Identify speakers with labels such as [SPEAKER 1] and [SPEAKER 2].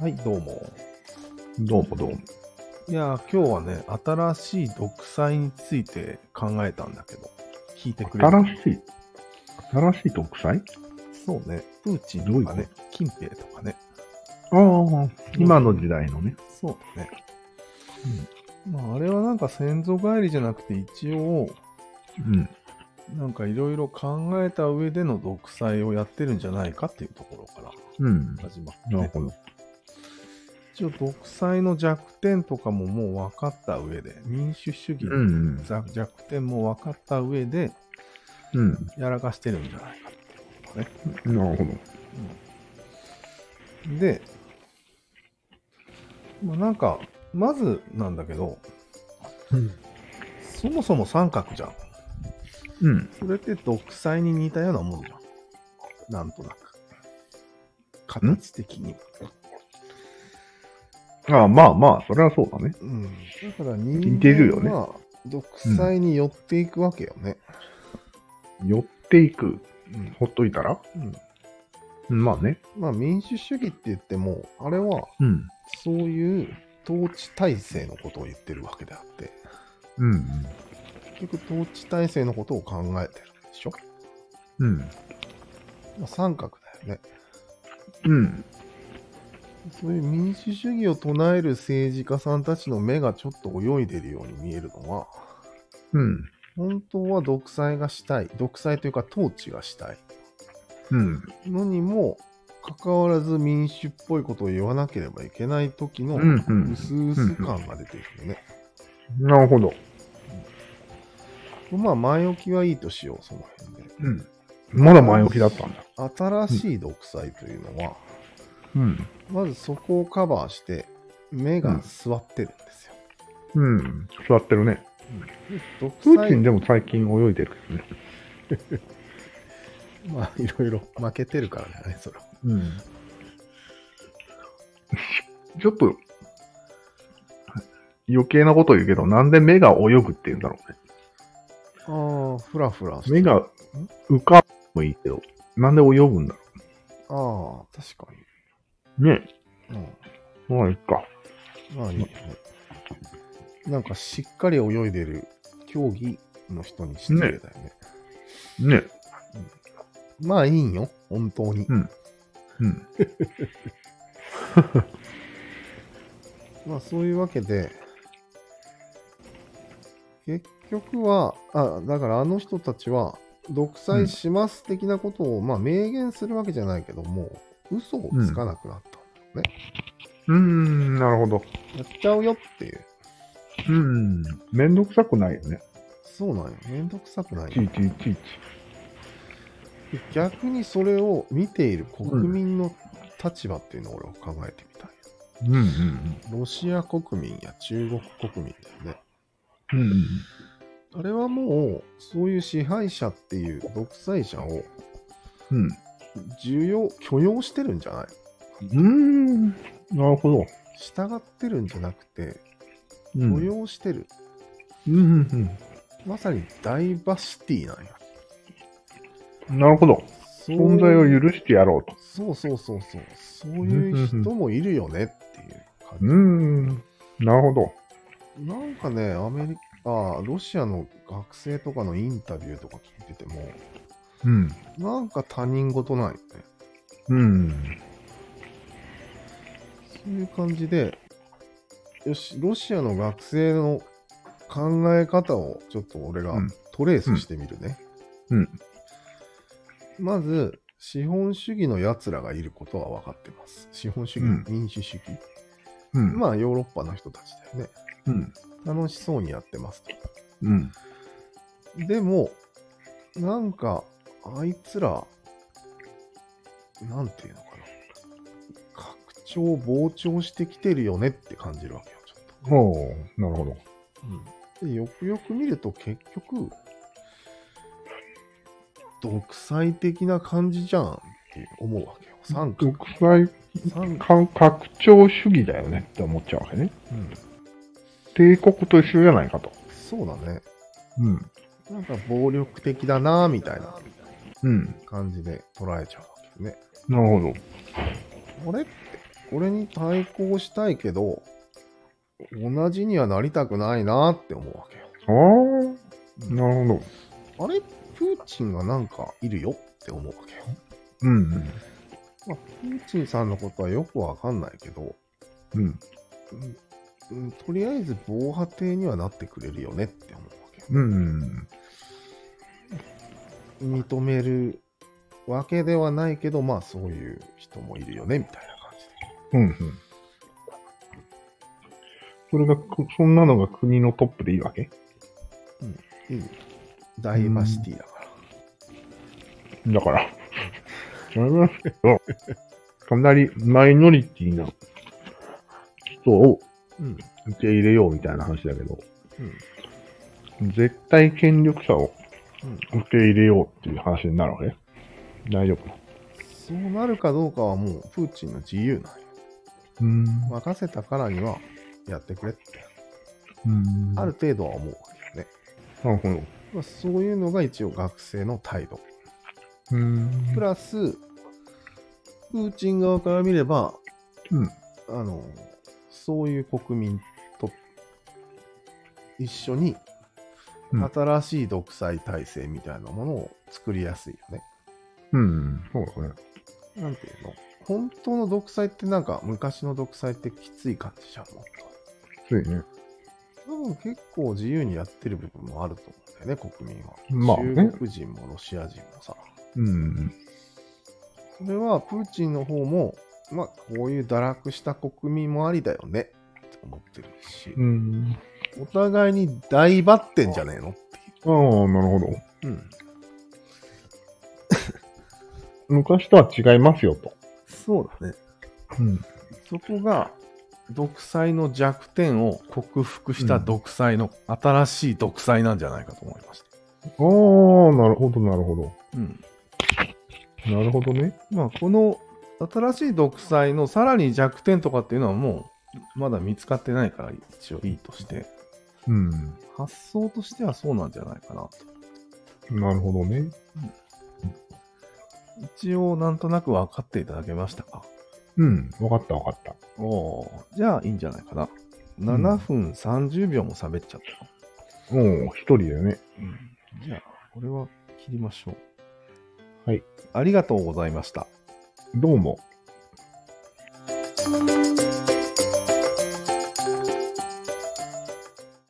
[SPEAKER 1] はい、どうも。
[SPEAKER 2] どうもどうも。
[SPEAKER 1] いやー、今日はね、新しい独裁について考えたんだけど、聞いてくれる
[SPEAKER 2] 新しい、新しい独裁
[SPEAKER 1] そうね、プーチン
[SPEAKER 2] どういう
[SPEAKER 1] とか
[SPEAKER 2] こ
[SPEAKER 1] ね、近平とかね、
[SPEAKER 2] ああ、今の時代のね。
[SPEAKER 1] そうだね。まあ、あれはなんか先祖返りじゃなくて、一応、
[SPEAKER 2] うん。
[SPEAKER 1] なんかいろいろ考えた上での独裁をやってるんじゃないかっていうところから
[SPEAKER 2] うん。
[SPEAKER 1] 始まって、
[SPEAKER 2] なるほど。
[SPEAKER 1] 一応独裁の弱点とかももう分かった上で、民主主義
[SPEAKER 2] うんうん
[SPEAKER 1] の弱点も分かった上で、
[SPEAKER 2] うん。
[SPEAKER 1] やらかしてるんじゃないかっていうことね。
[SPEAKER 2] なるほど。
[SPEAKER 1] で、まあ、なんか、まずなんだけど、
[SPEAKER 2] うん。
[SPEAKER 1] そもそも三角じゃん。
[SPEAKER 2] うん。
[SPEAKER 1] それって独裁に似たようなものじゃん。なんとなく。形的に。
[SPEAKER 2] ああ、まあまあ、それはそうだね。
[SPEAKER 1] うん。だから人
[SPEAKER 2] 似てるよ
[SPEAKER 1] 間
[SPEAKER 2] ね
[SPEAKER 1] は独裁に寄っていくわけよね。
[SPEAKER 2] 寄っていく。
[SPEAKER 1] うん。
[SPEAKER 2] ほっといたら
[SPEAKER 1] うん
[SPEAKER 2] うんまあね。
[SPEAKER 1] まあ民主主義って言っても、あれは
[SPEAKER 2] うん。
[SPEAKER 1] そういう統治体制のことを言ってるわけであって、
[SPEAKER 2] うん。
[SPEAKER 1] 結局統治体制のことを考えてるでしょ。
[SPEAKER 2] うん。
[SPEAKER 1] まあ三角だよね。
[SPEAKER 2] うん。
[SPEAKER 1] そういう民主主義を唱える政治家さんたちの目がちょっと泳いでるように見えるのは、
[SPEAKER 2] うん。
[SPEAKER 1] 本当は独裁がしたい、独裁というか統治がしたい
[SPEAKER 2] うん。
[SPEAKER 1] のにも、かかわらず民主っぽいことを言わなければいけない時の
[SPEAKER 2] うんうん
[SPEAKER 1] 薄々感が出てくるね。
[SPEAKER 2] なるほど。
[SPEAKER 1] まあ前置きはいいとしよう、その辺で。
[SPEAKER 2] うん。まだ前置きだったんだ。
[SPEAKER 1] 新しい独裁というのは、
[SPEAKER 2] うん。
[SPEAKER 1] まずそこをカバーして、目が座ってるんですよ。
[SPEAKER 2] うん。座ってるね。プ
[SPEAKER 1] 独
[SPEAKER 2] ー
[SPEAKER 1] 裁
[SPEAKER 2] チンでも最近泳いでるけどね。
[SPEAKER 1] まあ、いろいろ負けてるからじゃない、それは。
[SPEAKER 2] うん。ちょっと、余計なこと言うけど、なんで目が泳ぐって言うんだろうね。
[SPEAKER 1] ああ、ふらふらして
[SPEAKER 2] 目が浮かぶもいいけど、なんで泳ぐんだろ
[SPEAKER 1] ああ、確か
[SPEAKER 2] う。ね
[SPEAKER 1] に。
[SPEAKER 2] まあ、いっか。
[SPEAKER 1] うん。まあ、いいよね。なんか、しっかり泳いでる競技の人に失礼だよね。
[SPEAKER 2] ね
[SPEAKER 1] まあ、いいんよ。本当に。
[SPEAKER 2] うんうん。
[SPEAKER 1] まあ、そういうわけで、結局は、あ、だからあの人たちは、独裁します的なことを、まあ、明言するわけじゃないけども、嘘をつかなくなった。
[SPEAKER 2] うーん、なるほど。
[SPEAKER 1] やっちゃうよっていう。
[SPEAKER 2] うーん。めんどくさくないよね。
[SPEAKER 1] そうなんよ。めんどくさくないい
[SPEAKER 2] ち
[SPEAKER 1] よ
[SPEAKER 2] いちいちいち。
[SPEAKER 1] 逆にそれを見ている国民の立場っていうのを俺は考えてみたい。
[SPEAKER 2] うんうん
[SPEAKER 1] ロシア国民や中国国民だよね。
[SPEAKER 2] うん。うん。
[SPEAKER 1] あれはもう、そういう支配者っていう独裁者を
[SPEAKER 2] うん。
[SPEAKER 1] 需要、許容してるんじゃない
[SPEAKER 2] うん。なるほど。
[SPEAKER 1] 従ってるんじゃなくて、
[SPEAKER 2] う
[SPEAKER 1] 許
[SPEAKER 2] ん。
[SPEAKER 1] 容してる。
[SPEAKER 2] うん。
[SPEAKER 1] まさにダイバーシティなんや。
[SPEAKER 2] うん。なるほど。
[SPEAKER 1] そう
[SPEAKER 2] 存在を許してやろうと。
[SPEAKER 1] そうそうそうそう。そういう人もいるよねっていう感じ
[SPEAKER 2] うー。ん。なるほど。
[SPEAKER 1] なんかね、アメリカ、ロシアの学生とかのインタビューとか聞いてても、
[SPEAKER 2] うん。
[SPEAKER 1] なんか他人事ないよね。
[SPEAKER 2] うん。
[SPEAKER 1] そういう感じで、よし、ロシアの学生の考え方をちょっと俺が
[SPEAKER 2] うん
[SPEAKER 1] トレースしてみるね。
[SPEAKER 2] うん
[SPEAKER 1] まず、資本主義の奴らがいることは分かってます。資本主義、
[SPEAKER 2] うん
[SPEAKER 1] 民主主義。
[SPEAKER 2] うん。
[SPEAKER 1] まあ、ヨーロッパの人たちだよね。
[SPEAKER 2] うん。
[SPEAKER 1] 楽しそうにやってますと。
[SPEAKER 2] うん。
[SPEAKER 1] でも、なんか、あいつら、なんていうのかな。拡張、膨張してきてるよねって感じるわけよ、ちょっと。
[SPEAKER 2] ほう。なるほど。
[SPEAKER 1] でよくよく見ると結局、独裁的な感じじゃんって思うわけよ。三角
[SPEAKER 2] 独。裁
[SPEAKER 1] 三角。
[SPEAKER 2] か拡張主義だよねって思っちゃうわけね。
[SPEAKER 1] うん
[SPEAKER 2] 帝国と一緒じゃないかと。
[SPEAKER 1] そうだね。
[SPEAKER 2] うん。
[SPEAKER 1] なんか暴力的だなぁみたいな
[SPEAKER 2] うん。
[SPEAKER 1] 感じで捉えちゃうわけよね。
[SPEAKER 2] なるほど。
[SPEAKER 1] あれって、これに対抗したいけど、同じにはなりたくないなって思うわけよ。
[SPEAKER 2] ああ、なるほど。
[SPEAKER 1] あれプーチンがなんかいるよって思うわけよ。
[SPEAKER 2] うん、
[SPEAKER 1] まあ、プーチンさんのことはよくわかんないけど、
[SPEAKER 2] うん。うん、
[SPEAKER 1] うんうん、とりあえず防波堤にはなってくれるよねって思うわけよ。
[SPEAKER 2] うん、
[SPEAKER 1] 認めるわけではないけど、まあそういう人もいるよねみたいな感じで。
[SPEAKER 2] うん、うん。それがく、そんなのが国のトップでいいわけ
[SPEAKER 1] いいよダイバーシティだから。
[SPEAKER 2] だから、 それなんですけど、かなりマイノリティな人を
[SPEAKER 1] うん。
[SPEAKER 2] 受け入れようみたいな話だけど、
[SPEAKER 1] うん。
[SPEAKER 2] 絶対権力者を
[SPEAKER 1] うん
[SPEAKER 2] 受け入れようっていう話になるわけ大丈夫。
[SPEAKER 1] そうなるかどうかはもうプーチンの自由なんよ。
[SPEAKER 2] うーん。
[SPEAKER 1] 任せたからにはやってくれって、
[SPEAKER 2] うん
[SPEAKER 1] ある。程度は思うわけよね。
[SPEAKER 2] なるほど。
[SPEAKER 1] まあ、そういうのが一応学生の態度。
[SPEAKER 2] うーん
[SPEAKER 1] プラス、プーチン側から見れば、
[SPEAKER 2] うん
[SPEAKER 1] あの、そういう国民と一緒に
[SPEAKER 2] うん、
[SPEAKER 1] 新しい独裁体制みたいなものを作りやすいよね。
[SPEAKER 2] うん。そうだね。
[SPEAKER 1] なんていうの本当の独裁ってなんか昔の独裁ってきつい感じじゃん。もっと
[SPEAKER 2] ついね。
[SPEAKER 1] 多分結構自由にやってる部分もあると思うんだよね、国民は。
[SPEAKER 2] まあね
[SPEAKER 1] 中国人もロシア人もさ。
[SPEAKER 2] うん。
[SPEAKER 1] それはプーチンの方も、まあこういう堕落した国民もありだよねって思ってるし
[SPEAKER 2] う、ん。
[SPEAKER 1] お互いに大抜点じゃねえのって
[SPEAKER 2] ああ、なるほど。
[SPEAKER 1] いう。うん。
[SPEAKER 2] 昔とは違いますよと。
[SPEAKER 1] そうだね。
[SPEAKER 2] うん。
[SPEAKER 1] そこが、独裁の弱点を克服した独裁の、新しい独裁なんじゃないかと思いました。
[SPEAKER 2] ああ、なるほど、なるほど。
[SPEAKER 1] うん。
[SPEAKER 2] なるほどね。
[SPEAKER 1] まあ、この新しい独裁のさらに弱点とかっていうのはもうまだ見つかってないから一応いいとして
[SPEAKER 2] うん。
[SPEAKER 1] 発想としてはそうなんじゃないかなと
[SPEAKER 2] なるほどね。
[SPEAKER 1] 一応なんとなく分かっていただけましたか
[SPEAKER 2] うん。わかった、わかった。
[SPEAKER 1] おおじゃあいいんじゃないかな7分30秒も喋っちゃった、
[SPEAKER 2] うん、一人でね。
[SPEAKER 1] じゃあこれは切りましょう
[SPEAKER 2] はい
[SPEAKER 1] ありがとうございました
[SPEAKER 2] どうも。